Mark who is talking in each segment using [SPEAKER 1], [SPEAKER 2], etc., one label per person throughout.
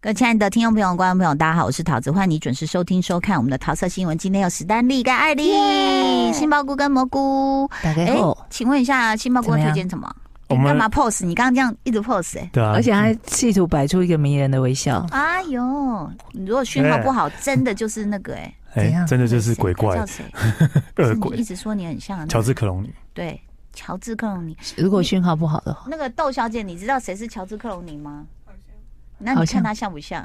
[SPEAKER 1] 各位亲爱的听众朋友、观众朋友，大家好，我是桃子，欢迎你准时收听、收看我们的桃色新闻。今天有史丹利跟艾丽、杏鲍菇跟蘑菇。
[SPEAKER 2] 打开
[SPEAKER 1] 诶
[SPEAKER 2] 后，
[SPEAKER 1] 请问一下，杏鲍菇要
[SPEAKER 2] 怎么样
[SPEAKER 1] 推荐什么？
[SPEAKER 3] 我
[SPEAKER 1] 你干
[SPEAKER 3] 们
[SPEAKER 1] 嘛 pose？你刚刚这样一直 pose 哎、
[SPEAKER 3] 对啊，
[SPEAKER 2] 而且还企图摆出一个迷人的微笑。
[SPEAKER 1] 哎呦，你如果讯号不好，真的就是那个哎、
[SPEAKER 2] 怎
[SPEAKER 3] 哎
[SPEAKER 2] 样，
[SPEAKER 3] 真的就是
[SPEAKER 1] 谁
[SPEAKER 3] 鬼怪
[SPEAKER 1] 叫谁？
[SPEAKER 3] 恶
[SPEAKER 1] 是你
[SPEAKER 3] 鬼
[SPEAKER 1] 一，直说你很像、那个啊
[SPEAKER 3] 乔治克隆尼，
[SPEAKER 1] 对乔治克隆尼。
[SPEAKER 2] 如果讯号不好的话，
[SPEAKER 1] 那个窦小姐，你知道谁是乔治克隆尼吗？那
[SPEAKER 2] 好
[SPEAKER 1] 你
[SPEAKER 2] 像
[SPEAKER 1] 看他像不像？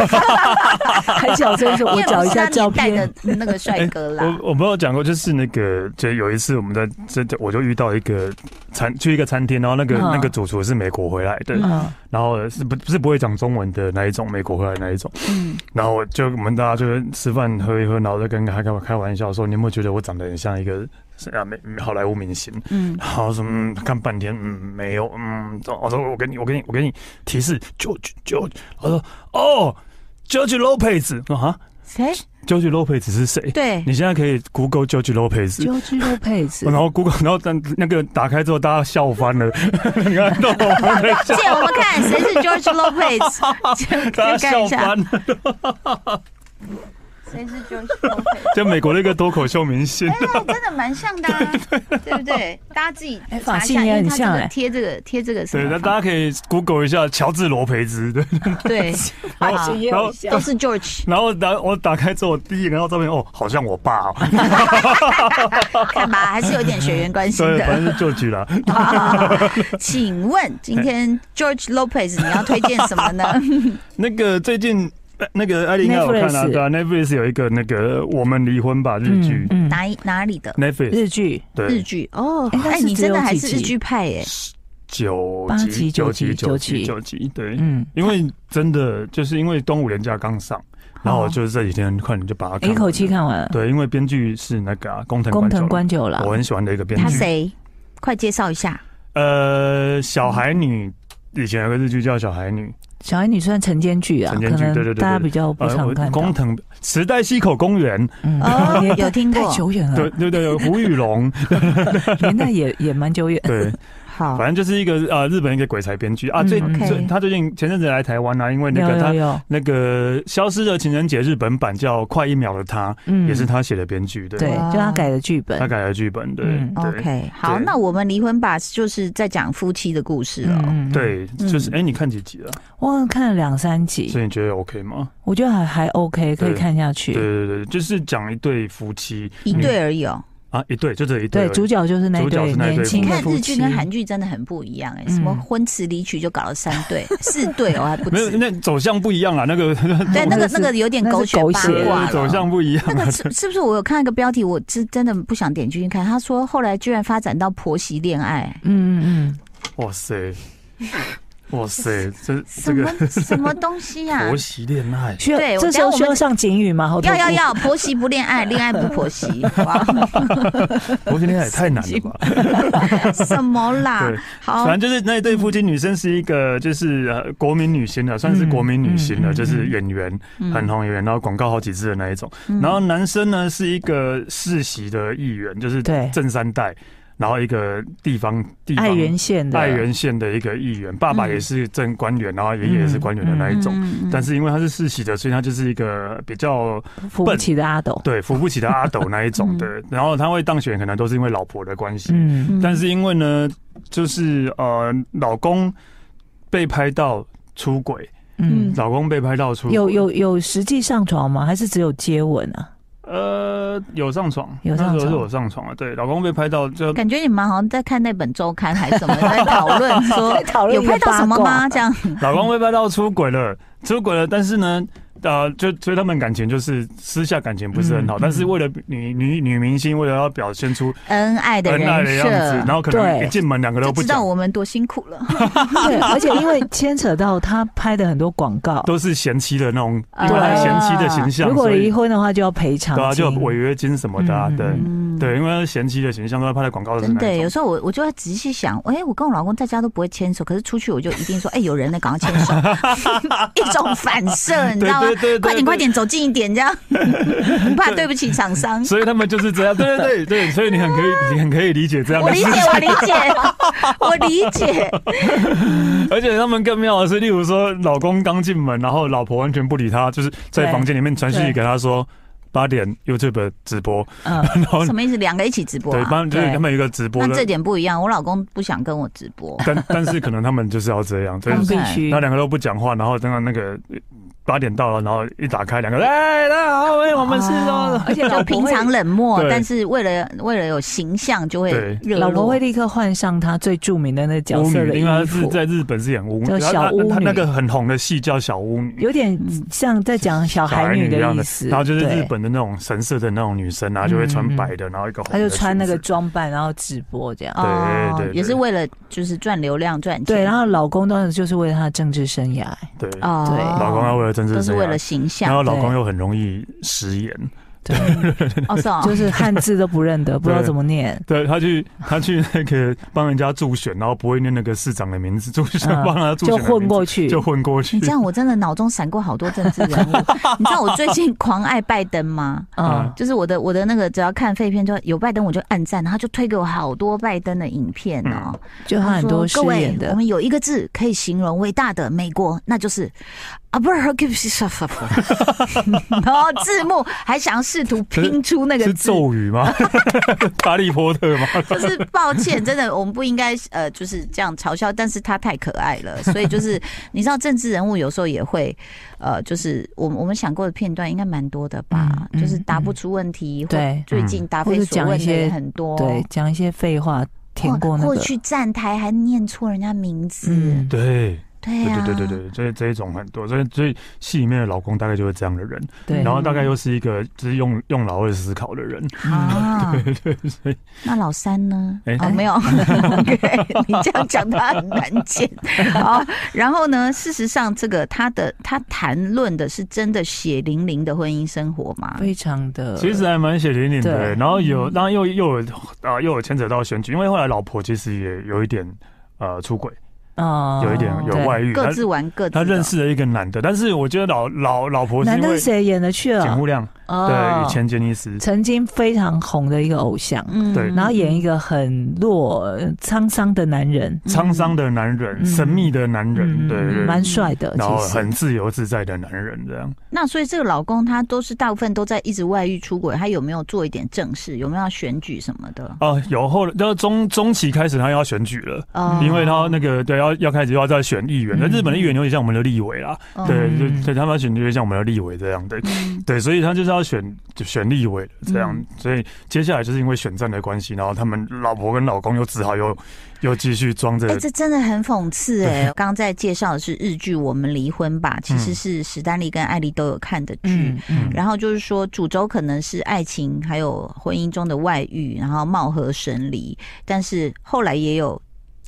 [SPEAKER 2] 还小 声说：“我找一下照
[SPEAKER 1] 嗯因为
[SPEAKER 2] 片。
[SPEAKER 1] 不是那年代的那个帅哥 啦。
[SPEAKER 3] 我我没有讲过，就是那个，就有一次我们在这，这我就遇到一个餐去一个餐厅，然后那个、
[SPEAKER 2] 嗯
[SPEAKER 3] 那个主厨是美国回来的，
[SPEAKER 2] 嗯
[SPEAKER 3] 然后是不是不会讲中文的那一种，美国回来的那一种，
[SPEAKER 2] 嗯，
[SPEAKER 3] 然后我就我们大家就是吃饭喝一喝，然后就跟他开开玩笑说，你有没有觉得我长得很像一个啊美好莱坞明星？
[SPEAKER 2] 嗯，
[SPEAKER 3] 然后什么、嗯、看半天，嗯，没有，嗯，我说我给你，我给你，我给你提示，George George，我说哦，George Lopez，我说啊
[SPEAKER 1] 谁？
[SPEAKER 3] ，George Lopez 是谁？
[SPEAKER 1] 对，
[SPEAKER 3] 你现在可以 Google George Lopez。
[SPEAKER 2] George Lopez，
[SPEAKER 3] 然后 Google，然后但那个打开之后，大家笑翻了。你看到我们在笑
[SPEAKER 1] 借，我们看谁是 George Lopez，先
[SPEAKER 3] 大家
[SPEAKER 1] 看
[SPEAKER 3] 笑
[SPEAKER 1] 一下
[SPEAKER 3] 翻了。
[SPEAKER 1] 谁是 George Lopez。
[SPEAKER 3] 就美国的一个脱口秀明星，
[SPEAKER 1] 哎，真的蛮像的、啊，对不对？大家自己
[SPEAKER 2] 哎
[SPEAKER 1] 查
[SPEAKER 2] 发
[SPEAKER 1] 一
[SPEAKER 2] 型
[SPEAKER 1] 下，因
[SPEAKER 2] 也
[SPEAKER 1] 为
[SPEAKER 2] 很
[SPEAKER 1] 他这
[SPEAKER 2] 像
[SPEAKER 1] 个
[SPEAKER 2] 哎
[SPEAKER 1] 贴这个贴这个什
[SPEAKER 3] 对，那
[SPEAKER 1] 么
[SPEAKER 3] 大
[SPEAKER 1] 方？
[SPEAKER 3] 家可以 Google 一下乔治罗培兹。对，
[SPEAKER 1] 对，
[SPEAKER 3] 然
[SPEAKER 2] 啊
[SPEAKER 1] 好
[SPEAKER 3] 后然后
[SPEAKER 1] 都是 George，
[SPEAKER 3] 然后打我打开之后，第一眼看到照片，哦，好像我爸哦。
[SPEAKER 1] 看吧，还是有点血缘关系
[SPEAKER 3] 对，
[SPEAKER 1] 的。
[SPEAKER 3] 反正就 George 啦。
[SPEAKER 1] 请问今天 George Lopez 你要推荐什么呢？
[SPEAKER 3] 那个最近呃那个艾丽应该有看啊，
[SPEAKER 2] Netflix
[SPEAKER 3] 对啊，Netflix 有一个那个《我们离婚吧》日剧、
[SPEAKER 2] 嗯，
[SPEAKER 1] 哪一哪里的
[SPEAKER 3] Netflix
[SPEAKER 2] 日剧
[SPEAKER 1] 日
[SPEAKER 3] 对
[SPEAKER 1] 剧？哦，
[SPEAKER 2] 哎它
[SPEAKER 1] 哎，
[SPEAKER 2] 是
[SPEAKER 1] 你
[SPEAKER 2] 只
[SPEAKER 1] 真的
[SPEAKER 2] 有
[SPEAKER 1] 还
[SPEAKER 2] 几
[SPEAKER 1] 是
[SPEAKER 2] 集
[SPEAKER 1] 日剧派耶？
[SPEAKER 3] 九
[SPEAKER 2] 八集
[SPEAKER 3] 集九
[SPEAKER 2] 集
[SPEAKER 3] 九
[SPEAKER 2] 九
[SPEAKER 3] 集
[SPEAKER 2] 集
[SPEAKER 3] 九集对，
[SPEAKER 2] 嗯，
[SPEAKER 3] 因为真的就是因为端午连假刚上，然后我就是这几天快点就把它
[SPEAKER 2] 嗯
[SPEAKER 3] 看
[SPEAKER 2] 一
[SPEAKER 3] 完
[SPEAKER 2] 口气看完了。
[SPEAKER 3] 对，因为编剧是那个啊工藤
[SPEAKER 2] 工藤
[SPEAKER 3] 官
[SPEAKER 2] 官九
[SPEAKER 3] 九
[SPEAKER 2] 郎
[SPEAKER 3] 郎，我很喜欢的一个编
[SPEAKER 1] 他
[SPEAKER 3] 剧。
[SPEAKER 1] 谁？快介绍一下。
[SPEAKER 3] 呃，小孩女以前有个日剧叫《小孩女》，
[SPEAKER 2] 小孩女算晨间剧啊，
[SPEAKER 3] 晨间
[SPEAKER 2] 可
[SPEAKER 3] 剧
[SPEAKER 2] 能
[SPEAKER 3] 对对对对
[SPEAKER 2] 大家比较不
[SPEAKER 3] 呃，
[SPEAKER 2] 常看到。
[SPEAKER 3] 我工藤时代溪口公园，
[SPEAKER 2] 嗯
[SPEAKER 1] 哦
[SPEAKER 2] 年代
[SPEAKER 1] 有听过
[SPEAKER 2] 太久远
[SPEAKER 3] 对
[SPEAKER 2] 了，
[SPEAKER 3] 对对，胡玉龙，
[SPEAKER 2] 年代也也蛮久远。
[SPEAKER 3] 对。
[SPEAKER 1] 好
[SPEAKER 3] 反正就是一个呃日本一个鬼才编剧啊，
[SPEAKER 2] 嗯
[SPEAKER 3] 最
[SPEAKER 2] OK
[SPEAKER 3] 最他最近前阵子来台湾啊，因为那
[SPEAKER 2] 有
[SPEAKER 3] 个
[SPEAKER 2] 有
[SPEAKER 3] 他
[SPEAKER 2] 有，
[SPEAKER 3] 那个《消失的情人节》日本版叫《快一秒的他》，
[SPEAKER 2] 嗯
[SPEAKER 3] 也是他写的编剧，对，
[SPEAKER 2] 对，就他改的剧本
[SPEAKER 3] 他。改的剧本，对
[SPEAKER 2] 嗯
[SPEAKER 3] 对
[SPEAKER 1] OK，好，那我们离婚吧就是在讲夫妻的故事哦。
[SPEAKER 2] 嗯，
[SPEAKER 3] 对，
[SPEAKER 1] 嗯
[SPEAKER 3] 就是哎，你看几集了？
[SPEAKER 2] 我好像看了两三集
[SPEAKER 3] 所，以你觉得 OK 吗？
[SPEAKER 2] 我觉得还还 OK，可以
[SPEAKER 3] 对
[SPEAKER 2] 看下
[SPEAKER 3] 对
[SPEAKER 2] 去。
[SPEAKER 3] 对对，就是讲一对夫妻，
[SPEAKER 1] 一对而已哦。
[SPEAKER 3] 啊，一对就这一对而
[SPEAKER 2] 对，
[SPEAKER 3] 已，
[SPEAKER 2] 主角就是那
[SPEAKER 3] 主角
[SPEAKER 2] 对
[SPEAKER 3] 是那对
[SPEAKER 2] 年
[SPEAKER 3] 嗯
[SPEAKER 2] 轻
[SPEAKER 1] 你
[SPEAKER 2] 的
[SPEAKER 1] 看
[SPEAKER 2] 夫
[SPEAKER 1] 日
[SPEAKER 2] 妻
[SPEAKER 1] 剧。跟韩剧真的很不一样哎，
[SPEAKER 2] 嗯
[SPEAKER 1] 什么婚词离曲就搞了三 对、四对哦，还不
[SPEAKER 3] 没有
[SPEAKER 1] 止。
[SPEAKER 3] 那走向不一样啊，那个
[SPEAKER 1] 对，那个
[SPEAKER 2] 那是
[SPEAKER 1] 那个有点狗血八
[SPEAKER 2] 那是狗血
[SPEAKER 1] 卦
[SPEAKER 3] 走
[SPEAKER 1] 了。
[SPEAKER 3] 向不一样
[SPEAKER 1] 那
[SPEAKER 3] 啊
[SPEAKER 1] 个，是是不是我有看一个标题，我真真的不想点进去看。他说后来居然发展到婆媳恋爱，
[SPEAKER 2] 嗯嗯
[SPEAKER 3] 哇塞，哇塞，这
[SPEAKER 1] 什
[SPEAKER 3] 这
[SPEAKER 1] 么啊
[SPEAKER 3] 个
[SPEAKER 1] 什么东西呀、
[SPEAKER 3] 婆媳恋爱
[SPEAKER 2] 嗯，。需要
[SPEAKER 1] 对我
[SPEAKER 2] 这时
[SPEAKER 1] 等
[SPEAKER 2] 候
[SPEAKER 1] 下
[SPEAKER 2] 需
[SPEAKER 1] 我
[SPEAKER 2] 要
[SPEAKER 1] 们
[SPEAKER 2] 上警语吗？好
[SPEAKER 1] 要要
[SPEAKER 2] 痛苦，
[SPEAKER 1] 要，婆媳不恋爱，恋爱不婆 媳，好吧？
[SPEAKER 3] 我觉得也太难了吧！
[SPEAKER 1] 什么啦
[SPEAKER 3] 对？
[SPEAKER 2] 哦
[SPEAKER 1] 好，
[SPEAKER 3] 反正就是那一对夫妻，女生是一个就是呃国民女星了，算是国民女
[SPEAKER 2] 嗯
[SPEAKER 3] 星
[SPEAKER 2] 嗯嗯
[SPEAKER 3] 了，
[SPEAKER 2] 嗯
[SPEAKER 3] 就是演员，
[SPEAKER 1] 嗯
[SPEAKER 3] 很红演员，然后广告好几次的那一种。
[SPEAKER 1] 嗯
[SPEAKER 3] 然后男生呢是一个世袭的议员，就是
[SPEAKER 2] 对
[SPEAKER 3] 正三代，然后一个地方地方
[SPEAKER 2] 爱媛县的
[SPEAKER 3] 爱媛县的一个议员，爸爸
[SPEAKER 1] 嗯
[SPEAKER 3] 也是正官员，然后爷爷也是官员的那一种。
[SPEAKER 1] 嗯嗯嗯
[SPEAKER 3] 但是因为他是世袭的，所以他就是一个比较
[SPEAKER 2] 扶不起的阿斗。
[SPEAKER 3] 对扶不起的阿斗那一种的。然后他会当选，可能都是因为老婆的关系。
[SPEAKER 2] 嗯，
[SPEAKER 3] 但是因为呢，就是呃，老公被拍到出轨，
[SPEAKER 2] 嗯
[SPEAKER 3] 老公被拍到出轨
[SPEAKER 2] 有有有实际上床吗？还是只有接吻啊？
[SPEAKER 3] 呃，有上床，
[SPEAKER 2] 有上床
[SPEAKER 3] 那时候是有上床啊。对，老公被拍 到就
[SPEAKER 1] 感觉你们好像在看那本周刊还是什么，在 讨论说
[SPEAKER 2] 讨
[SPEAKER 1] 有拍到什么 吗？
[SPEAKER 2] 这
[SPEAKER 1] 这
[SPEAKER 2] 样
[SPEAKER 1] 样
[SPEAKER 3] 老公被拍到出轨了，出轨了，但是呢。呃，就所以他们感情就是私下感情不是很好，
[SPEAKER 2] 嗯
[SPEAKER 3] 但是为了女女女明星，为了要表现出
[SPEAKER 1] 恩爱的
[SPEAKER 3] 恩爱的
[SPEAKER 1] 人
[SPEAKER 3] 样子，然
[SPEAKER 1] 设，
[SPEAKER 3] 后可能
[SPEAKER 2] 对
[SPEAKER 3] 一进门两个
[SPEAKER 1] 就
[SPEAKER 3] 都不
[SPEAKER 1] 知道
[SPEAKER 3] 讲，
[SPEAKER 1] 我们多辛苦了。
[SPEAKER 2] 对，而且因为牵扯到他拍的很多广告，
[SPEAKER 3] 都是贤妻的那种
[SPEAKER 1] 啊
[SPEAKER 3] 对啊贤妻的形象，
[SPEAKER 2] 如果
[SPEAKER 3] 所以
[SPEAKER 2] 离婚的话就要赔偿
[SPEAKER 3] 对啊，就
[SPEAKER 2] 金，
[SPEAKER 3] 有违约金什么的啊，
[SPEAKER 2] 嗯
[SPEAKER 3] 对
[SPEAKER 1] 嗯，
[SPEAKER 3] 对，因为贤妻的形象都在拍的广告都是
[SPEAKER 1] 真
[SPEAKER 3] 那
[SPEAKER 1] 的，有
[SPEAKER 3] 一种，
[SPEAKER 1] 时候我我就会仔细想，哎、我跟我老公在家都不会牵手，可是出去我就一定说，哎、有人呢，赶快牵 手，一种反射，你知
[SPEAKER 3] 对
[SPEAKER 1] 道吗？
[SPEAKER 3] 对对，对
[SPEAKER 1] 快点快。点走近一点，这 样怕对不起厂商
[SPEAKER 3] 对。所以他们就是这样，对对 对对，所以你很可以，你很可以理解这样
[SPEAKER 1] 我
[SPEAKER 3] 的
[SPEAKER 1] 理
[SPEAKER 3] 事
[SPEAKER 1] 解，
[SPEAKER 3] 情。
[SPEAKER 1] 我理 解，我理解，
[SPEAKER 3] 而且他们更妙的是，例如说，老公刚进门，然后老婆完全不理他，就是在
[SPEAKER 2] 对
[SPEAKER 3] 房间里面传讯息
[SPEAKER 2] 对
[SPEAKER 3] 给他说八点 YouTube 直播，
[SPEAKER 2] 嗯，
[SPEAKER 3] 然后
[SPEAKER 1] 什么意思？两个一起直播
[SPEAKER 3] 对，
[SPEAKER 1] 啊？
[SPEAKER 3] 帮就是
[SPEAKER 2] 对
[SPEAKER 3] 他们有一个直播
[SPEAKER 1] 那这
[SPEAKER 3] 的，
[SPEAKER 1] 点不一样，我老公不想跟我直 播。
[SPEAKER 3] 但但是可能他们就是要这 样，就
[SPEAKER 2] 他
[SPEAKER 3] 是
[SPEAKER 2] 们必
[SPEAKER 1] 对
[SPEAKER 2] 须
[SPEAKER 3] 那。两个都不讲话，然后等到那个八点到了，然后一打开，两个哎，大家好，哎，我们是
[SPEAKER 2] 哦
[SPEAKER 3] 哦，
[SPEAKER 2] 而且老
[SPEAKER 1] 就
[SPEAKER 2] 婆
[SPEAKER 1] 平
[SPEAKER 2] 会
[SPEAKER 1] 常冷漠，
[SPEAKER 3] 对
[SPEAKER 1] 但是为了为了有形象，就会
[SPEAKER 3] 对
[SPEAKER 1] 热络。
[SPEAKER 2] 老婆会立刻换上她最著名的那个角色的
[SPEAKER 3] 因为她
[SPEAKER 2] 衣
[SPEAKER 3] 是
[SPEAKER 2] 服，
[SPEAKER 3] 在日本是演巫，
[SPEAKER 2] 叫
[SPEAKER 3] 然后
[SPEAKER 2] 小
[SPEAKER 3] 她
[SPEAKER 2] 巫
[SPEAKER 3] 她那
[SPEAKER 2] 女
[SPEAKER 3] 个很红的戏叫小巫女，
[SPEAKER 2] 有点
[SPEAKER 3] 嗯
[SPEAKER 2] 像在讲小孩女
[SPEAKER 3] 一样
[SPEAKER 2] 意
[SPEAKER 3] 的
[SPEAKER 2] 思。，
[SPEAKER 3] 然后就是日
[SPEAKER 2] 对，
[SPEAKER 3] 本的那种神社的那种女生啊，就会穿
[SPEAKER 2] 嗯嗯嗯
[SPEAKER 3] 白的，然后一个红
[SPEAKER 2] 她
[SPEAKER 3] 的
[SPEAKER 2] 就穿那个
[SPEAKER 3] 裙子
[SPEAKER 2] 装扮，然后直播这样。
[SPEAKER 1] 哦
[SPEAKER 3] 对对对
[SPEAKER 1] 也是为了就是赚流量赚钱。
[SPEAKER 2] 对，然后老公当时就是为了她的政治生涯，哎
[SPEAKER 3] 对，
[SPEAKER 1] 哦，
[SPEAKER 2] 对
[SPEAKER 3] 老公要啊为了政治
[SPEAKER 1] 都是
[SPEAKER 3] 生
[SPEAKER 1] 为了
[SPEAKER 3] 涯，
[SPEAKER 1] 形
[SPEAKER 3] 然
[SPEAKER 1] 象
[SPEAKER 3] 后老公
[SPEAKER 2] 对
[SPEAKER 3] 又很容易食言，
[SPEAKER 2] 对，
[SPEAKER 1] 哦，是 哦，
[SPEAKER 2] 就是汉字都不认得，不知道怎么念。
[SPEAKER 3] 嗯对他去 他去那个帮人家助选，然后不会念那个市长的名字，助选
[SPEAKER 2] 嗯
[SPEAKER 3] 帮他助选
[SPEAKER 2] 就
[SPEAKER 3] 的
[SPEAKER 2] 混
[SPEAKER 3] 名
[SPEAKER 2] 过
[SPEAKER 3] 字
[SPEAKER 2] 去，
[SPEAKER 3] 就混过去
[SPEAKER 1] 你这，样我真的脑中闪过好多政治人 物。你知道我最近狂爱拜登吗？
[SPEAKER 2] 嗯，
[SPEAKER 1] 就是我的我的那个，只要看废片就有拜登，我就暗赞，然后就推给我好多拜登的影片
[SPEAKER 3] 嗯
[SPEAKER 1] 哦。
[SPEAKER 2] 就他很多饰
[SPEAKER 1] 说各
[SPEAKER 2] 演
[SPEAKER 1] 位，我
[SPEAKER 2] 的，
[SPEAKER 1] 们有一个字可以形容伟大的美国，那就是啊，不是 h e r c u l e 然后字幕还想试图拼出那个
[SPEAKER 3] 是
[SPEAKER 1] 字，
[SPEAKER 3] 咒 语吗？哈利波特吗？
[SPEAKER 1] 就是抱歉，真的我们不应该呃就是这样嘲笑，但是他太可爱了，所以就是你知道政治人物有时候也会呃，就是我们我们想过的片段应该蛮多的吧，
[SPEAKER 2] 嗯嗯嗯
[SPEAKER 1] 就是答不出问题，或
[SPEAKER 2] 对嗯
[SPEAKER 1] 最近答非所问的也很多，
[SPEAKER 2] 对，讲一些废话，填过那
[SPEAKER 1] 或
[SPEAKER 2] 个，
[SPEAKER 1] 哦去站台还念错人家名字，
[SPEAKER 2] 嗯，
[SPEAKER 3] 对。
[SPEAKER 1] 对啊
[SPEAKER 3] 对
[SPEAKER 1] 呀、
[SPEAKER 3] 对对
[SPEAKER 2] 哎
[SPEAKER 3] 对对，这这一种很多，所以所以戏里面的老公大概就是这样的人，
[SPEAKER 2] 对，
[SPEAKER 3] 然后大概又是一个就是用用脑会思考 的人，
[SPEAKER 1] 啊，
[SPEAKER 3] 对，所以
[SPEAKER 1] 那老三呢？
[SPEAKER 3] 哎
[SPEAKER 1] 哦， 没有 OK，你这样讲他很难见。好，然后呢？事实上，这个他的他谈论的是真的血淋淋的婚姻生活吗？
[SPEAKER 2] 非常的，
[SPEAKER 3] 其实还蛮血淋淋的。
[SPEAKER 2] 对嗯
[SPEAKER 3] 然后有，然后又又有啊、又有牵扯到选举，因为后来老婆其实也有一点呃出轨，
[SPEAKER 2] 啊
[SPEAKER 3] 有一点有外遇，
[SPEAKER 1] 各
[SPEAKER 3] 她
[SPEAKER 1] 自玩各自的。
[SPEAKER 3] 她嗯认识了一个男的，但是我觉得老老老婆是
[SPEAKER 2] 男
[SPEAKER 3] 因
[SPEAKER 2] 的
[SPEAKER 3] 为
[SPEAKER 2] 是谁演的去
[SPEAKER 3] 简
[SPEAKER 2] 了？
[SPEAKER 3] 户亮对
[SPEAKER 2] 哦嗯
[SPEAKER 3] 以，前杰尼斯，
[SPEAKER 2] 曾经非常红的一个偶像，
[SPEAKER 1] 嗯
[SPEAKER 3] 对
[SPEAKER 2] 然后演一个很弱、呃沧桑的男人，
[SPEAKER 3] 沧桑的男人，
[SPEAKER 2] 嗯
[SPEAKER 3] 神秘的男人，
[SPEAKER 2] 嗯
[SPEAKER 3] 对对对
[SPEAKER 2] 蛮帅的，
[SPEAKER 3] 然后
[SPEAKER 2] 其
[SPEAKER 3] 很
[SPEAKER 2] 实
[SPEAKER 3] 自由自在的男人这样。
[SPEAKER 1] 那所以这个老公他都是大部分都在一直外遇出轨，他有没有做一点正事？有没有要选举什么的？
[SPEAKER 3] 哦，有后来到中中期开始，他要选举了。
[SPEAKER 1] 哦
[SPEAKER 3] 因为他那个对要要开始要再选议员，那、
[SPEAKER 2] 嗯
[SPEAKER 3] 日本的议员有点像我们的立委啦，
[SPEAKER 1] 嗯
[SPEAKER 3] 对，就
[SPEAKER 2] 嗯
[SPEAKER 3] 对他们要选就像我们的立委这样，对对，所以他就是要选就选立委这样，
[SPEAKER 1] 嗯
[SPEAKER 3] 所以接下来就是因为选战的关系，然后他们老婆跟老公又只好又又继续装着
[SPEAKER 1] 哎、，这真的很讽刺哎、刚刚在介绍的是日剧《我们离婚吧》，其
[SPEAKER 3] 嗯
[SPEAKER 1] 实是史丹利跟艾莉都有看的剧。
[SPEAKER 2] 嗯嗯，
[SPEAKER 1] 然后就是说，主轴可能是爱情，还有婚姻中的外遇，然后貌合神离。但是后来也有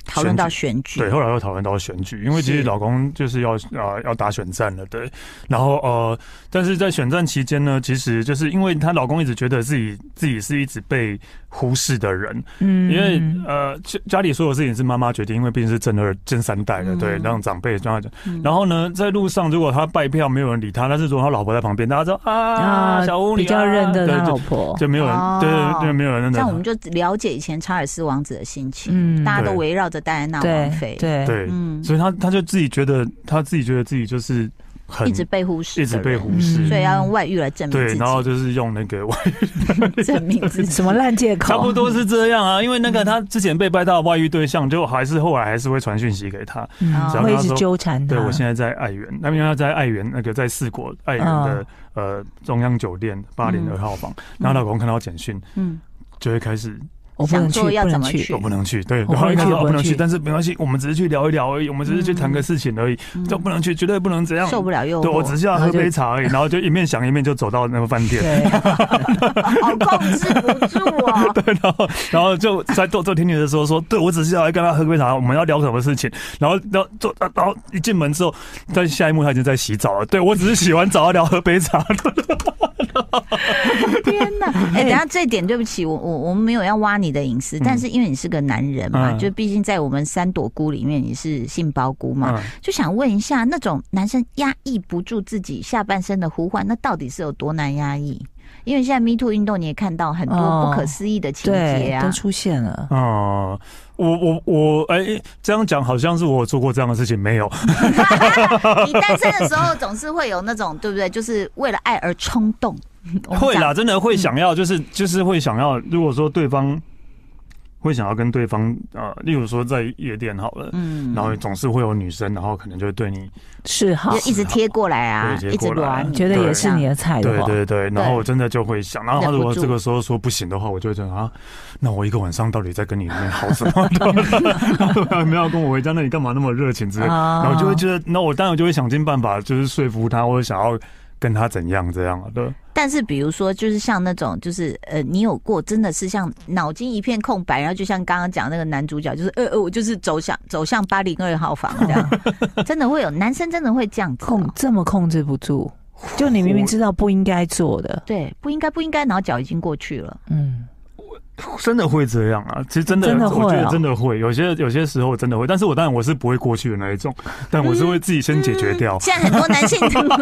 [SPEAKER 1] 讨论到选举，
[SPEAKER 3] 对，后来又讨论到选举，因为其实
[SPEAKER 1] 是
[SPEAKER 3] 老公就是要啊、呃要打选战了，对，然后呃，但是在选战期间呢，其实就是因为她老公一直觉得自己自己是一直被忽视的人，
[SPEAKER 2] 嗯
[SPEAKER 3] 因为呃，家家里所有事情是妈妈决定，因为毕竟是正二、正三代的，对，
[SPEAKER 1] 嗯
[SPEAKER 3] 让长辈这样讲。
[SPEAKER 1] 嗯
[SPEAKER 3] 然后呢，在路上如果他拜票没有人理他，但是如果他老婆在旁边，大家知道啊，
[SPEAKER 2] 啊
[SPEAKER 3] 小屋里
[SPEAKER 2] 比较认得他老
[SPEAKER 3] 就
[SPEAKER 2] 婆，
[SPEAKER 3] 就没有人
[SPEAKER 1] 哦，
[SPEAKER 3] 对对对，没有人认
[SPEAKER 1] 这
[SPEAKER 3] 得
[SPEAKER 1] 样我
[SPEAKER 3] 他
[SPEAKER 1] 们。就了解以前查尔斯王子的心情，
[SPEAKER 2] 嗯
[SPEAKER 1] 大家都
[SPEAKER 3] 对
[SPEAKER 1] 围绕着戴安娜王妃
[SPEAKER 2] 对。对，
[SPEAKER 3] 对，
[SPEAKER 1] 嗯
[SPEAKER 3] 所以他他就自己觉得他自己觉得自己就是很
[SPEAKER 1] 一直被忽视，
[SPEAKER 3] 一直被忽视
[SPEAKER 2] 嗯，
[SPEAKER 1] 所以要用外遇来证明自
[SPEAKER 3] 对，
[SPEAKER 1] 己，
[SPEAKER 3] 然后 就是用那个外，
[SPEAKER 1] 证明自己
[SPEAKER 2] 什么烂借口？
[SPEAKER 3] 差不多是这样啊，因为那
[SPEAKER 2] 嗯
[SPEAKER 3] 个他之前被拜到的外遇对象，就还是后来还是会传讯息给他，
[SPEAKER 2] 嗯，
[SPEAKER 1] 只要
[SPEAKER 2] 会一
[SPEAKER 3] 跟他
[SPEAKER 2] 直
[SPEAKER 3] 说
[SPEAKER 2] 纠缠他。
[SPEAKER 3] 对我现在在爱媛，那边他在爱媛那个在四国爱媛的、呃中央酒店八零二号房，然后老公看到简讯
[SPEAKER 1] 嗯，
[SPEAKER 3] 就会开始
[SPEAKER 2] 我不能去，
[SPEAKER 1] 想说要
[SPEAKER 2] 不
[SPEAKER 1] 怎
[SPEAKER 2] 能
[SPEAKER 1] 么去
[SPEAKER 2] 去
[SPEAKER 3] 我。不能去，对，
[SPEAKER 2] 我不
[SPEAKER 3] 然
[SPEAKER 2] 能
[SPEAKER 3] 后一开
[SPEAKER 2] 去
[SPEAKER 3] 始
[SPEAKER 2] 我
[SPEAKER 3] 我
[SPEAKER 2] 不
[SPEAKER 3] 不
[SPEAKER 2] 能
[SPEAKER 3] 能
[SPEAKER 2] 去
[SPEAKER 3] 去，但是没关系，我们只是去聊一聊而已，我们只是去谈个事情而已，
[SPEAKER 1] 嗯
[SPEAKER 3] 就不能去，绝对不能这样。
[SPEAKER 1] 受不了诱惑，
[SPEAKER 3] 对我只是要
[SPEAKER 2] 然后
[SPEAKER 3] 喝
[SPEAKER 2] 就
[SPEAKER 3] 杯茶而已，然后就一面想一面就走到那个饭店，
[SPEAKER 2] 对，
[SPEAKER 1] 哦好控制不住 哦。
[SPEAKER 3] 对，然后 然后就在做做甜点的时候说，对我只是要来跟他喝杯茶，我们要聊什么事情。然后然后做，然后一进门之后，在下一幕他已经在洗澡了。对我只是洗完澡要聊喝杯茶，
[SPEAKER 1] 天 哪！哎、等一下这一点对不起，我我我们没有要挖你的隐
[SPEAKER 2] 嗯
[SPEAKER 1] 私，但是因为你是个男人嘛，
[SPEAKER 3] 嗯
[SPEAKER 1] 就毕竟在我们三朵菇里面你是杏鲍菇嘛，
[SPEAKER 3] 嗯
[SPEAKER 1] 就想问一下，那种男生压抑不住自己下半身的呼唤，那到底是有多难压抑？因为现在 Me Too 运动，你也看到很多
[SPEAKER 2] 哦
[SPEAKER 1] 不可思议的情节
[SPEAKER 2] 对，
[SPEAKER 1] 啊
[SPEAKER 2] 都，出现了。
[SPEAKER 3] 哦、我我我，哎、这样讲好像是我有做过这样的事情，没有。
[SPEAKER 1] 你单身的时候总是会有那种，对不对？就是为了爱而冲动，我们
[SPEAKER 3] 会啦，
[SPEAKER 1] 讲，嗯
[SPEAKER 3] 真的会想要，就是就是会想要。如果说对方会想要跟对方，呃，例如说在夜店好了，
[SPEAKER 1] 嗯
[SPEAKER 3] 然后总是会有女生，然后可能就会对你，
[SPEAKER 2] 是好
[SPEAKER 1] 就，一直贴过来啊，
[SPEAKER 3] 对
[SPEAKER 1] 一
[SPEAKER 3] 贴
[SPEAKER 1] 直
[SPEAKER 3] 过来
[SPEAKER 1] 抓你，
[SPEAKER 2] 嗯觉得也是你的菜
[SPEAKER 3] 对
[SPEAKER 2] 的话，
[SPEAKER 3] 对对，然后我真的就会想，然后他
[SPEAKER 1] 忍
[SPEAKER 3] 如
[SPEAKER 1] 不
[SPEAKER 3] 果
[SPEAKER 1] 住
[SPEAKER 3] 这个时候说不行的话，我就会觉得啊，那我一个晚上到底在跟你里面好什么？对没有跟我回家，那你干嘛那么热情之类的？
[SPEAKER 2] 啊
[SPEAKER 3] 然后就会觉得，那我当然就会想尽办法，就是说服他，或者想要跟他怎样这样对。
[SPEAKER 1] 但是比如说，就是像那种，就是呃，你有过真的是像脑筋一片空白，然后就像刚刚讲那个男主角，就是呃呃，我就是走向走向八零二号房这样，真的会有男生真的会这样子哦、
[SPEAKER 2] 控这么控制不住，就你明明知道不应该做的，
[SPEAKER 1] 对，不应该不应该，然后脚已经过去了，
[SPEAKER 2] 嗯，
[SPEAKER 3] 真的会这样啊！其实真的，
[SPEAKER 2] 真的会哦
[SPEAKER 3] 我觉得真的会，有些有些时候真的会，但是我当然我是不会过去的那一种，但我是会自己先解决掉，
[SPEAKER 1] 嗯现在很多男性 听众，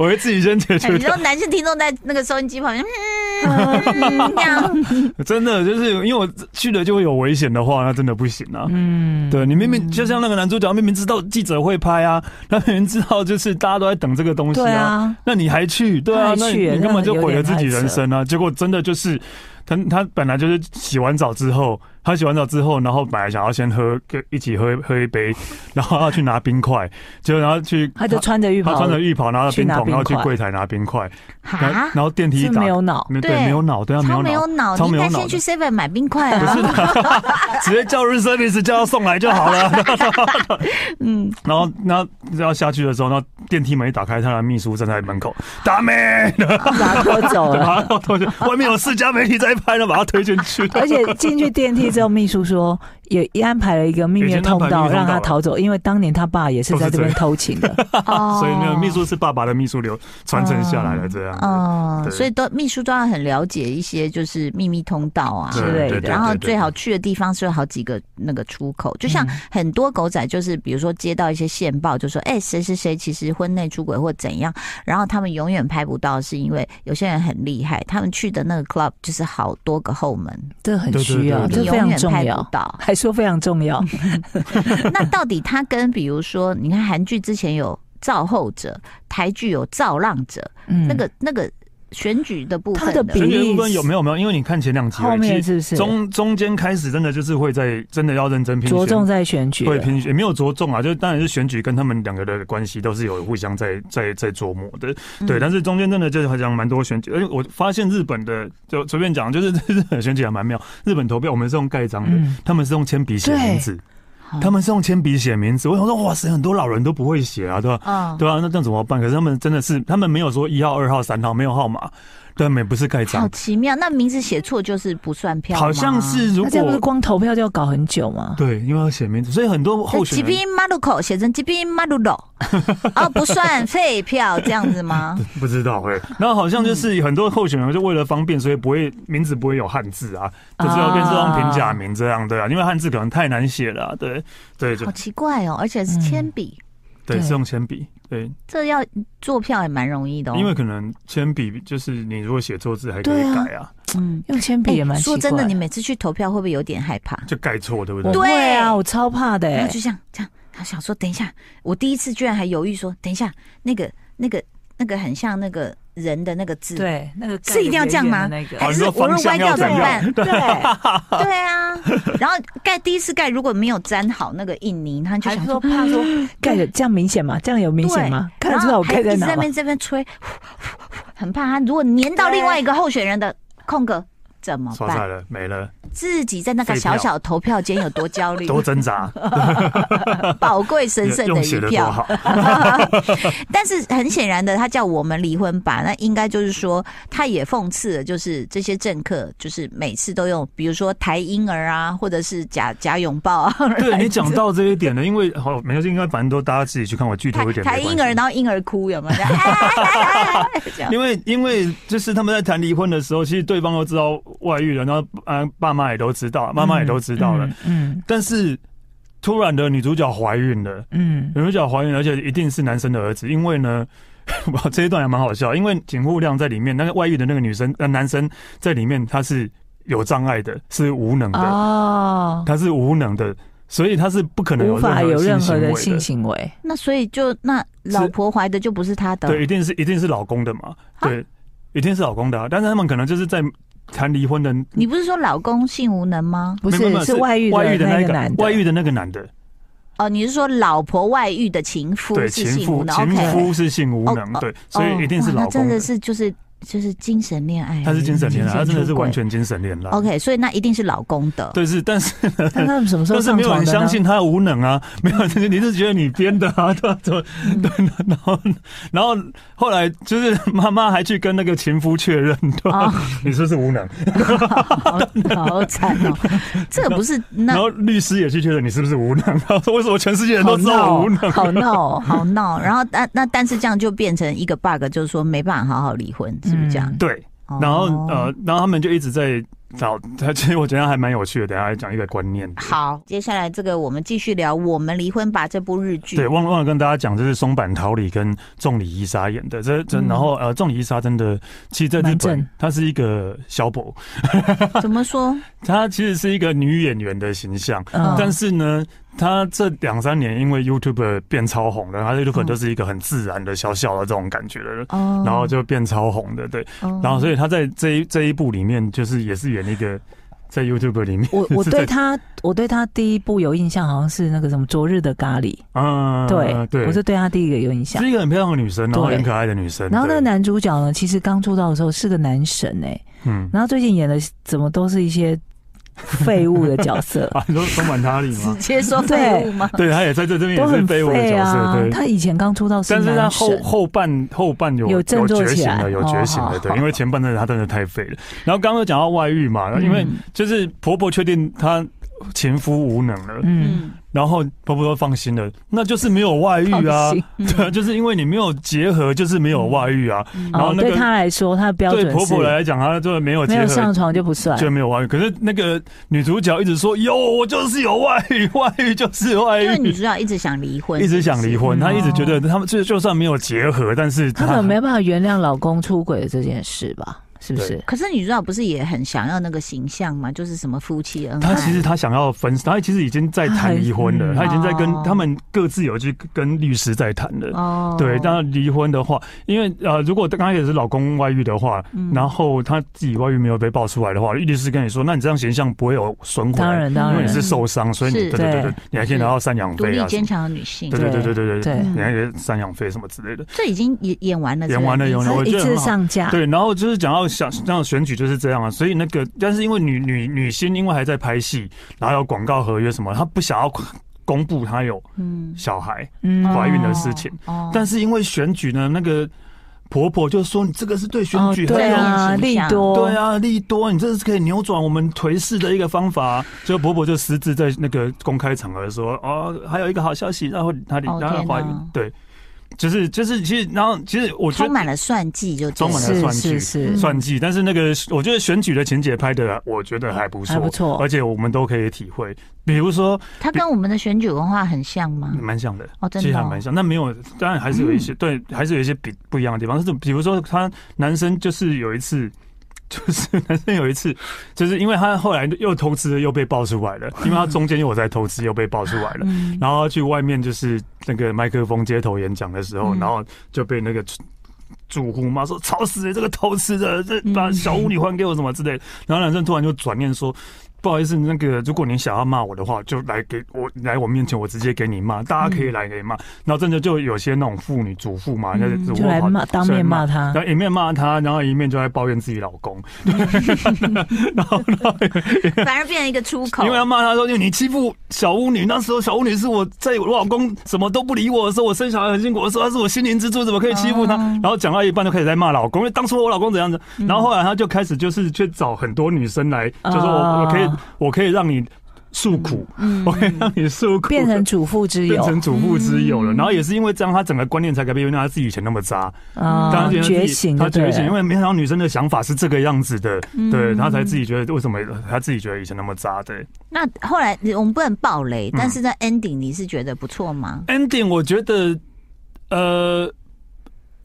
[SPEAKER 3] 我会自己先解决
[SPEAKER 1] 很
[SPEAKER 3] 掉
[SPEAKER 1] 多。男性听众在那个收音机 旁边，嗯，嗯这样，
[SPEAKER 3] 真的就是因为我去了就会有危险的话，那真的不行啊。
[SPEAKER 2] 嗯，
[SPEAKER 3] 对你明明就像那个男主角，明明知道记者会拍啊， 他明明知道就是大家都在等这个东西
[SPEAKER 2] 对
[SPEAKER 3] 啊，
[SPEAKER 2] 啊，
[SPEAKER 3] 那你还去？对
[SPEAKER 2] 他
[SPEAKER 3] 啊，那
[SPEAKER 2] 还去
[SPEAKER 3] 你根本就毁了自己人
[SPEAKER 2] 那有
[SPEAKER 3] 生啊！结果真的就是，他他本来就是洗完澡之后，他洗完澡之后，然后本来想要先喝个一起喝喝一杯， 然后要去拿冰块，结果然后去
[SPEAKER 2] 他就穿着浴
[SPEAKER 3] 他
[SPEAKER 2] 袍
[SPEAKER 3] 穿，着浴袍，拿着冰
[SPEAKER 2] 去拿
[SPEAKER 3] 桶，
[SPEAKER 2] 冰
[SPEAKER 3] 然后去
[SPEAKER 2] 块啊
[SPEAKER 3] 柜台拿冰块，然后
[SPEAKER 1] 哈，
[SPEAKER 3] 然后电梯一
[SPEAKER 2] 是
[SPEAKER 3] 打
[SPEAKER 2] 没，有 脑，
[SPEAKER 3] 没对
[SPEAKER 1] 对
[SPEAKER 3] 没有脑，对啊，
[SPEAKER 1] 超
[SPEAKER 3] 没
[SPEAKER 1] 没
[SPEAKER 3] 有
[SPEAKER 1] 有脑，
[SPEAKER 3] 脑，超
[SPEAKER 1] 你应
[SPEAKER 3] 没有
[SPEAKER 1] 该
[SPEAKER 3] 脑
[SPEAKER 1] 先去
[SPEAKER 3] 的
[SPEAKER 1] Seven 买冰块
[SPEAKER 3] 不
[SPEAKER 1] 啊
[SPEAKER 3] 是，的， 直接叫 room service 叫他送来就好了。
[SPEAKER 1] 嗯，
[SPEAKER 3] 然后，那要下去的时候，那电梯门一打开，他的秘书站在门 口，达妹，
[SPEAKER 2] 把他拖走了。
[SPEAKER 3] 把他推进，外面有四家媒体在拍，然后把他推进去。
[SPEAKER 2] 而且进去电梯之后，秘书说也也安排了一个秘密的通道让他逃走，因为当年他爸也是在这边偷情的。
[SPEAKER 1] 哦
[SPEAKER 3] 所以那个秘书是爸爸的秘书流传承下来的这样子。
[SPEAKER 1] 哦，
[SPEAKER 3] 对
[SPEAKER 1] 所以都秘书都要很了解一些就是秘密通道啊
[SPEAKER 2] 之。类的
[SPEAKER 3] 对对对对
[SPEAKER 1] 然后
[SPEAKER 3] 对
[SPEAKER 1] 最好去的地方是有好几个那个出口，就像很多狗仔，就是比如说接到一些线报，就说哎谁谁谁其实婚内出轨或怎样，然后他们永远拍不到，是因为有些人很厉害，他们去的那个 club 就是好多个后门，
[SPEAKER 2] 这很需要，
[SPEAKER 3] 哦
[SPEAKER 1] 你
[SPEAKER 2] 这
[SPEAKER 1] 永
[SPEAKER 2] 非常
[SPEAKER 1] 远
[SPEAKER 2] 重
[SPEAKER 1] 拍不
[SPEAKER 2] 要。
[SPEAKER 1] 到。
[SPEAKER 2] 还说非常重要，
[SPEAKER 1] 那到底他跟比如说，你看韩剧之前有造后者，台剧有造浪者，
[SPEAKER 2] 嗯，
[SPEAKER 1] 那个那个选举的部分
[SPEAKER 2] 他的
[SPEAKER 1] 呢
[SPEAKER 2] 比
[SPEAKER 3] 所
[SPEAKER 2] 例
[SPEAKER 3] 以那部分有没有没有？因为你看前两集而
[SPEAKER 2] 后
[SPEAKER 3] 已，
[SPEAKER 2] 面
[SPEAKER 3] 其实
[SPEAKER 2] 是不是
[SPEAKER 3] 中中间开始真的就是会在真的要认真拼
[SPEAKER 2] 着重
[SPEAKER 3] 选。
[SPEAKER 2] 在选举了？啊
[SPEAKER 3] 会拼也没有着重啊，就当然是选举跟他们两个的关系都是有互相在在在琢磨的，
[SPEAKER 2] 嗯
[SPEAKER 3] 对。但是中间真的就是好像蛮多选举，而且我发现日本的就随便讲，就是 日本选举还蛮妙。日本投票我们是用盖章的，
[SPEAKER 2] 嗯
[SPEAKER 3] 他们是用铅笔写名字，他们是用铅笔写名字。我想说，哇塞，很多老人都不会写啊，对吧？
[SPEAKER 2] 哦
[SPEAKER 1] 嗯，
[SPEAKER 3] 对啊，那这样怎么办？可是他们真的是，他们没有说一号、二号、三号，没有号码，对，没不是盖
[SPEAKER 1] 好
[SPEAKER 3] 章，
[SPEAKER 1] 奇妙，那名字写错就是不算票吗
[SPEAKER 3] 好像。是如
[SPEAKER 2] 那这样不是
[SPEAKER 3] 果
[SPEAKER 2] 光投票就要搞很久吗？
[SPEAKER 3] 对，因为要写名字，所以很多候
[SPEAKER 1] 吉
[SPEAKER 3] 选人
[SPEAKER 1] 宾马路口写成吉宾马路 口，哦，不算废票这样子 吗？
[SPEAKER 3] 不知道哎、然后好像就是很多候选人就为了方便，所以不会名字不会有汉字啊，就是要变成用平假名这样，对啊，因为汉字可能太难写了啊、对对就
[SPEAKER 1] 好奇怪哦，而且
[SPEAKER 2] 嗯
[SPEAKER 1] 是铅笔，
[SPEAKER 3] 对
[SPEAKER 2] 对
[SPEAKER 3] 是用铅笔，对，
[SPEAKER 1] 这要做票也蛮容易的哦。
[SPEAKER 3] 因为可能铅笔就是你如果写错字还可以
[SPEAKER 2] 对啊
[SPEAKER 3] 改啊，
[SPEAKER 1] 嗯，
[SPEAKER 2] 用铅笔也蛮
[SPEAKER 1] 哎
[SPEAKER 2] 奇怪。
[SPEAKER 1] 说真的，你每次去投票会不会有点害怕？
[SPEAKER 3] 就盖错对不
[SPEAKER 2] 我
[SPEAKER 3] 对？
[SPEAKER 2] 会啊，我超怕的
[SPEAKER 1] 然
[SPEAKER 2] 欸
[SPEAKER 1] 后。就这样这样，他想说，等一下，我第一次居然还犹豫说，等一下，那个、那个、那个很像那个人的那个字，，
[SPEAKER 2] 对，那个
[SPEAKER 1] 是一定要这样吗
[SPEAKER 2] 盖得远远的那
[SPEAKER 3] 哦
[SPEAKER 1] 还
[SPEAKER 2] 个
[SPEAKER 3] 你
[SPEAKER 1] 是
[SPEAKER 3] 说
[SPEAKER 1] 我
[SPEAKER 3] 方
[SPEAKER 1] 若
[SPEAKER 3] 向
[SPEAKER 1] 歪掉
[SPEAKER 3] 要
[SPEAKER 1] 怎
[SPEAKER 3] 怎
[SPEAKER 1] 么办
[SPEAKER 3] 样？？
[SPEAKER 2] 哎对，
[SPEAKER 1] 对啊，然后盖第一次盖如果没有粘好那个印泥，他就
[SPEAKER 2] 还
[SPEAKER 1] 想
[SPEAKER 2] 说
[SPEAKER 1] 说
[SPEAKER 2] 怕说 盖的这样明显吗？这样有明显吗？看得出来我盖
[SPEAKER 1] 然后还
[SPEAKER 2] 在
[SPEAKER 1] 一直
[SPEAKER 2] 哪
[SPEAKER 1] 在那
[SPEAKER 2] 吗？
[SPEAKER 1] 边这边吹，很怕他如果粘到另外一个候选人的空格怎么
[SPEAKER 3] 刷菜
[SPEAKER 1] 办？
[SPEAKER 3] 了，没了，
[SPEAKER 1] 自己在那个
[SPEAKER 3] 废
[SPEAKER 1] 小
[SPEAKER 3] 票
[SPEAKER 1] 小投票间有多焦虑？
[SPEAKER 3] 多挣扎，
[SPEAKER 1] 宝贵神圣
[SPEAKER 3] 用
[SPEAKER 1] 的
[SPEAKER 3] 写
[SPEAKER 1] 一
[SPEAKER 3] 的多
[SPEAKER 1] 票。
[SPEAKER 3] 好，
[SPEAKER 1] 但是很显然的，他叫我们离婚吧，那应该就是说，他也讽刺了，就是这些政客，就是每次都用，比如说抬婴儿啊，或者是假假拥抱啊，
[SPEAKER 3] 对你讲到这一点呢，因为好没关系，应该反正都大家自己去看，我剧
[SPEAKER 1] 抬
[SPEAKER 3] 透一点
[SPEAKER 1] 抬
[SPEAKER 3] 没关
[SPEAKER 1] 婴儿，
[SPEAKER 3] 系。
[SPEAKER 1] 然后婴儿哭，有没有？这样哎哎哎这样
[SPEAKER 3] 因为因为就是他们在谈离婚的时候，其实对方都知道外遇了，然后呃爸妈也都知道，妈妈也都知道了，
[SPEAKER 2] 嗯
[SPEAKER 3] 但是突然的女主角怀孕了，
[SPEAKER 2] 嗯，
[SPEAKER 3] 女主角怀孕，而且一定是男生的儿子，因为呢。 哇，这一段还蛮好笑，因为警户亮在里面，那个外遇的那个女生，呃，男生在里面他是有障碍的，是无能的，
[SPEAKER 2] 哦，
[SPEAKER 3] 他是无能的，所以他是不可能
[SPEAKER 2] 无
[SPEAKER 3] 有
[SPEAKER 2] 法有任
[SPEAKER 3] 任
[SPEAKER 2] 何
[SPEAKER 3] 何
[SPEAKER 2] 的
[SPEAKER 3] 性行为
[SPEAKER 2] 性
[SPEAKER 3] 的。
[SPEAKER 2] 行为，
[SPEAKER 1] 那所以就那老婆怀的就不是他的，
[SPEAKER 3] 对，一定是一定是老公的嘛，对，一定是老公的、啊，但是他们可能就是在谈离婚的，
[SPEAKER 1] 你不是说老公性无能吗？
[SPEAKER 2] 不
[SPEAKER 3] 没有没
[SPEAKER 2] 是是
[SPEAKER 3] 有
[SPEAKER 2] 外遇
[SPEAKER 3] 外遇
[SPEAKER 2] 的
[SPEAKER 3] 的
[SPEAKER 2] 那
[SPEAKER 3] 那
[SPEAKER 2] 个男的，
[SPEAKER 3] 外遇的那个男的，
[SPEAKER 1] 哦，你是说老婆外遇的情夫
[SPEAKER 3] 对，
[SPEAKER 1] 是
[SPEAKER 3] 情
[SPEAKER 1] 性无
[SPEAKER 3] 妇
[SPEAKER 1] 能
[SPEAKER 3] 情
[SPEAKER 1] ？OK，
[SPEAKER 3] 夫是性无能，
[SPEAKER 1] 哦哦
[SPEAKER 3] 对，所以一定是
[SPEAKER 1] 哦哇
[SPEAKER 3] 老
[SPEAKER 1] 那真
[SPEAKER 3] 公
[SPEAKER 1] 的是就是就是精神恋爱，
[SPEAKER 3] 他是精神恋爱，他真的是
[SPEAKER 1] 出轨
[SPEAKER 3] 完全精神恋爱。
[SPEAKER 1] OK，所以那一定是老公的。
[SPEAKER 3] 对，是，但是
[SPEAKER 2] 但他们什么时候
[SPEAKER 3] 但是
[SPEAKER 2] 上
[SPEAKER 3] 没有
[SPEAKER 2] 床
[SPEAKER 3] 人
[SPEAKER 2] 的
[SPEAKER 3] 相
[SPEAKER 2] 呢？
[SPEAKER 3] 信他的无能啊，没有人，你是觉得你编的啊？对吧？怎么对？然后然后后来就是妈妈还去跟那个情夫确认，对吧？
[SPEAKER 1] 哦
[SPEAKER 3] 你是不是无能？
[SPEAKER 1] 好 好惨哦！这个不是那
[SPEAKER 3] 然后律师也去确认你是不是无能，然后说为什么全世界人都知道我无能？
[SPEAKER 2] 好闹哦，
[SPEAKER 1] 好闹，然后但那但是这样就变成一个 bug，就是说没办法好好离婚，是不是这样
[SPEAKER 2] 嗯？
[SPEAKER 3] 对，
[SPEAKER 1] 哦
[SPEAKER 3] 然后呃，然后他们就一直在找他，其实我觉得还蛮有趣的，等一下来讲一个观念。
[SPEAKER 1] 好，接下来这个我们继续聊《我们离婚吧》这部日剧
[SPEAKER 3] 对，。忘了忘了跟大家讲，这是松坂桃李跟重里伊莎演的。这这，
[SPEAKER 2] 嗯
[SPEAKER 3] 然后呃，重里伊莎真的，其实在日
[SPEAKER 2] 蛮
[SPEAKER 3] 本
[SPEAKER 2] 正，
[SPEAKER 3] 她是一个小宝，
[SPEAKER 1] 怎么说？
[SPEAKER 3] 她其实是一个女演员的形象。
[SPEAKER 2] 嗯
[SPEAKER 3] 但是呢，她这两三年因为 YouTube 变超红了，她在日
[SPEAKER 2] 嗯
[SPEAKER 3] 本就是一个很自然的小小的这种感觉了，
[SPEAKER 1] 哦
[SPEAKER 3] 然后就变超红的，对。
[SPEAKER 1] 哦
[SPEAKER 3] 然后所以她在这一这一部里面，就是也是演一个在 YouTube 里面，
[SPEAKER 2] 我我
[SPEAKER 3] 是
[SPEAKER 2] 对
[SPEAKER 3] 在
[SPEAKER 2] 他，我对他第一部有印象，好像是那个什么《昨日的咖喱》，
[SPEAKER 3] 嗯，
[SPEAKER 2] 对，
[SPEAKER 3] 对，
[SPEAKER 2] 我是对他第一个有印象。
[SPEAKER 3] 是一个很漂亮的女生，然后
[SPEAKER 2] 对
[SPEAKER 3] 很可爱的女生，
[SPEAKER 2] 然后那个
[SPEAKER 3] 对，
[SPEAKER 2] 男主角呢，其实刚出道的时候是个男神哎、
[SPEAKER 3] 嗯。，
[SPEAKER 2] 然后最近演的怎么都是一些废物的角色
[SPEAKER 3] 啊，你说松满他里
[SPEAKER 1] 直
[SPEAKER 3] 吗？
[SPEAKER 1] 接说废物吗？
[SPEAKER 3] 对，他也在这这边
[SPEAKER 2] 都
[SPEAKER 3] 也是
[SPEAKER 2] 很
[SPEAKER 3] 废物的
[SPEAKER 2] 废
[SPEAKER 3] 角色，
[SPEAKER 2] 啊
[SPEAKER 3] 对。。
[SPEAKER 2] 他以前刚出道是
[SPEAKER 3] 但是他
[SPEAKER 2] 男
[SPEAKER 3] 后
[SPEAKER 2] 神，
[SPEAKER 3] 后半后半有
[SPEAKER 2] 有振作
[SPEAKER 3] 觉
[SPEAKER 2] 起
[SPEAKER 3] 醒
[SPEAKER 2] 来
[SPEAKER 3] 了，有觉醒
[SPEAKER 2] 哦
[SPEAKER 3] 了，
[SPEAKER 2] 好
[SPEAKER 3] 对，因为前半段他真的太废了。然后刚刚有讲到外遇嘛，因为
[SPEAKER 1] 嗯
[SPEAKER 3] 就是婆婆确定她前夫无能了，
[SPEAKER 2] 嗯，
[SPEAKER 1] 嗯
[SPEAKER 3] 然后婆婆都放心了，那就是没有外遇啊
[SPEAKER 2] 放心，
[SPEAKER 1] 嗯
[SPEAKER 3] 对， 就是因为你没有结合，就是没有外遇啊。
[SPEAKER 1] 嗯
[SPEAKER 3] 然后
[SPEAKER 2] 哦，
[SPEAKER 3] 那个
[SPEAKER 2] 对他来说，他的标
[SPEAKER 3] 对
[SPEAKER 2] 准
[SPEAKER 3] 婆
[SPEAKER 2] 是
[SPEAKER 3] 婆来讲，她就是没有
[SPEAKER 2] 没
[SPEAKER 3] 结
[SPEAKER 2] 有
[SPEAKER 3] 合
[SPEAKER 2] 上床就不算，
[SPEAKER 3] 就没有外遇。可是那个女主角一直说有，我就是有外遇，外遇就是外遇。
[SPEAKER 1] 因为 女主角一直想离婚，
[SPEAKER 3] 哎一直想离婚，
[SPEAKER 2] 嗯
[SPEAKER 3] 她一直觉得他们就就算没有结合，但是
[SPEAKER 2] 他
[SPEAKER 3] 她
[SPEAKER 2] 可能没办法原谅老公出轨的这件事吧？是不是
[SPEAKER 3] 对？
[SPEAKER 1] 可是女主角不是也很想要那个形象吗？就是什么夫妻恩爱，
[SPEAKER 3] 她其实她想要分，她其实已经在谈离婚了，
[SPEAKER 2] 嗯
[SPEAKER 3] 她已经在跟
[SPEAKER 1] 哦
[SPEAKER 3] 他们各自有去跟律师在谈了。
[SPEAKER 1] 哦，
[SPEAKER 3] 对，当然离婚的话，因为呃，如果刚开始是老公外遇的话，
[SPEAKER 1] 嗯
[SPEAKER 3] 然后她自己外遇没有被爆出来的话，律师跟你说，那你这样形象不会有损毁，
[SPEAKER 2] 当然当
[SPEAKER 3] 因为你
[SPEAKER 2] 然，
[SPEAKER 3] 是受伤，所以你
[SPEAKER 1] 是
[SPEAKER 3] 对对对
[SPEAKER 2] 对
[SPEAKER 3] 对，你还可以拿到赡养
[SPEAKER 1] 独
[SPEAKER 3] 费
[SPEAKER 1] 立
[SPEAKER 3] 啊，
[SPEAKER 1] 坚强的女性
[SPEAKER 3] 对，对对对对对，
[SPEAKER 2] 对
[SPEAKER 3] 你还可以赡养费什么之类的。
[SPEAKER 1] 这已经演演完了，
[SPEAKER 3] 演完了
[SPEAKER 1] 这个
[SPEAKER 3] 演完了
[SPEAKER 1] 例子
[SPEAKER 3] 我
[SPEAKER 2] 一次
[SPEAKER 3] 觉得很好
[SPEAKER 2] 上架，
[SPEAKER 3] 对，然后就是讲到想这样选举就是这样啊，所以那个但是因为女女女星因为还在拍戏，然后有广告合约什么，她不想要公布她有
[SPEAKER 1] 嗯，
[SPEAKER 3] 小孩
[SPEAKER 2] 嗯
[SPEAKER 3] 怀孕的事情，
[SPEAKER 1] 哦
[SPEAKER 3] 但是因为选举呢，那个婆婆就说你这个是对选
[SPEAKER 2] 哦，
[SPEAKER 3] 举很有。
[SPEAKER 2] 对啊，
[SPEAKER 1] 很有
[SPEAKER 2] 利
[SPEAKER 1] 形象
[SPEAKER 2] 多，
[SPEAKER 3] 对啊，利多，你这是可以扭转我们颓势的一个方法、啊。所以婆婆就私自在那个公开场合说：“哦，还有一个好消息，然后她
[SPEAKER 1] 哦
[SPEAKER 3] 然后
[SPEAKER 1] 天
[SPEAKER 3] 怀孕
[SPEAKER 1] 哪，
[SPEAKER 3] 对，就是就是，其实然后其实我觉
[SPEAKER 1] 充
[SPEAKER 3] 得
[SPEAKER 1] 满嗯了算计，就对
[SPEAKER 3] 充满了
[SPEAKER 1] 了
[SPEAKER 3] 算
[SPEAKER 2] 是
[SPEAKER 3] 计
[SPEAKER 2] 是是，
[SPEAKER 3] 算计，但是那个我觉得选举的情节拍的，我觉得还不错，
[SPEAKER 2] 还不错
[SPEAKER 3] 而且我们都可以体会，比如说
[SPEAKER 1] 它跟我们的选举文化很像吗？
[SPEAKER 3] 蛮像的，
[SPEAKER 1] 哦，嗯真
[SPEAKER 3] 嗯其实
[SPEAKER 1] 的
[SPEAKER 3] 还
[SPEAKER 1] 哦，
[SPEAKER 3] 蛮像，那没有，当然还是有一些、对，还是有一些比不一样的地方，但是比如说他男生就是有一次。 就是男生有一次，就是因为他后来又偷吃又被爆出来了，因为他中间又有在偷吃又被爆出来了，
[SPEAKER 2] 嗯
[SPEAKER 3] 然后他去外面就是那个麦克风街头演讲的时候，
[SPEAKER 2] 嗯
[SPEAKER 3] 然后就被那个。住户骂说吵死了，这个偷吃的，这把小巫女还给我什么之类的。然后男生突然就转念说，不好意思，那个如果你想要骂我的话，就来给我来我面前，我直接给你骂，大家可以来给你骂。然后真的就有些那种妇女主妇嘛，就是
[SPEAKER 2] 嗯就来骂，当面骂他，
[SPEAKER 3] 然后一面骂他，然后一面就在抱怨自己老公，然后然后
[SPEAKER 1] 反而变成一个出口，
[SPEAKER 3] 因为要骂他说，因为你欺负小巫女，那时候小巫女是我在我老公什么都不理我的时候，我生小孩很辛苦的时候，她是我心灵支柱，怎么可以欺负她？
[SPEAKER 2] 啊
[SPEAKER 3] 然后讲到。一半就开始在骂老公，因为当初我老公怎样子，然后后来他就开始就是去找很多女生来，就说
[SPEAKER 2] 啊
[SPEAKER 3] 我我可以我可以让你诉苦，
[SPEAKER 1] 嗯
[SPEAKER 3] 我可以让你诉
[SPEAKER 2] 嗯
[SPEAKER 3] 苦，
[SPEAKER 2] 变成主嗯妇之友，
[SPEAKER 3] 变成主妇之友了。然后也是因为这样，他整个观念才改变，因为他自己以前那么渣，
[SPEAKER 2] 啊，觉醒，
[SPEAKER 3] 他觉醒，因为没想到女生的想法是这个样子的，
[SPEAKER 2] 嗯
[SPEAKER 3] 对，他才自己觉得为什么他自己觉得以前那么渣，对。
[SPEAKER 1] 那后来我们不能爆
[SPEAKER 3] 嗯
[SPEAKER 1] 雷，但是在 ending 你是觉得不错吗
[SPEAKER 3] ？ending 我觉得，呃。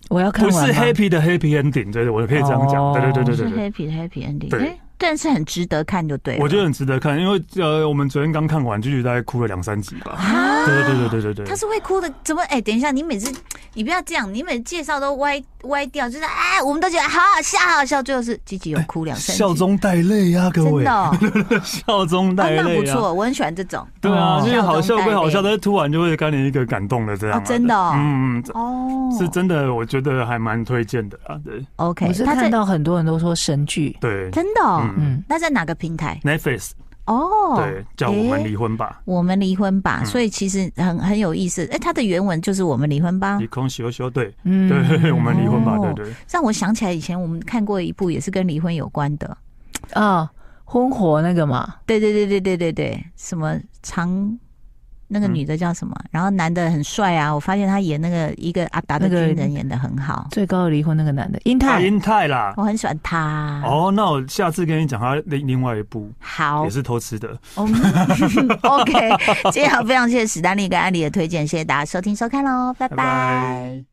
[SPEAKER 2] 我要看
[SPEAKER 3] 不是 happy 的 happy ending，对对，我可以这样
[SPEAKER 1] 哦
[SPEAKER 3] 讲，对、oh, 对对
[SPEAKER 1] 对
[SPEAKER 3] 对
[SPEAKER 1] 对，是 happy 的 happy ending，对，但是很值得看就 对了。
[SPEAKER 3] 我觉得很值得看，因为呃，我们昨天刚看完，就是大概哭了两三集吧。 啊，对对对对对对，
[SPEAKER 1] 他是会哭的，怎么？哎、欸，等一下，你每次你不要这样，你每次介绍都歪歪掉，就是哎，我们都觉得好好笑，好好笑，最后是吉吉有哭两三、欸，
[SPEAKER 3] 哎笑中带泪呀，各
[SPEAKER 1] 真
[SPEAKER 3] 位，
[SPEAKER 1] 的、 哦，
[SPEAKER 3] 笑中带泪、啊啊，
[SPEAKER 1] 那不错，我哦很喜欢这种。
[SPEAKER 3] 对啊，因为好笑归好笑，但是突然就会给你一个感动的这样、啊
[SPEAKER 1] 哦，真的、哦，
[SPEAKER 3] 嗯，哦，是真的，我觉得还蛮推荐的啊。对
[SPEAKER 1] ，OK，
[SPEAKER 2] 我是看到很多人都说神剧，
[SPEAKER 3] 对，
[SPEAKER 1] 真的，哦嗯，那在哪个平台
[SPEAKER 3] ？Netflix。
[SPEAKER 1] 哦，
[SPEAKER 3] 对，叫我们离嗯婚吧，
[SPEAKER 1] 我们离婚吧，所以其实很很有意思。哎，它的原文就是我们离婚吧，
[SPEAKER 3] 离空修修，对，嗯，对， 我们离婚吧，对对。
[SPEAKER 1] 让我想起来以前我们看过一部也是跟离婚有关的，
[SPEAKER 2] 啊，婚活那个嘛，
[SPEAKER 1] 对对对对对对对，什么长。那个女的叫什么？然后男的很帅啊，我发现他演那个一个阿达的军人演的很好。
[SPEAKER 2] 最高的离婚那个男的，英泰，
[SPEAKER 3] 啊英泰啦，
[SPEAKER 1] 我很喜欢他。
[SPEAKER 3] 哦，那我下次跟你讲他另另外一部，
[SPEAKER 1] 好，
[SPEAKER 3] 也是偷吃的。
[SPEAKER 1] OK，今天非常谢谢史丹利跟安利的推荐，谢谢大家收听收看喽，拜拜。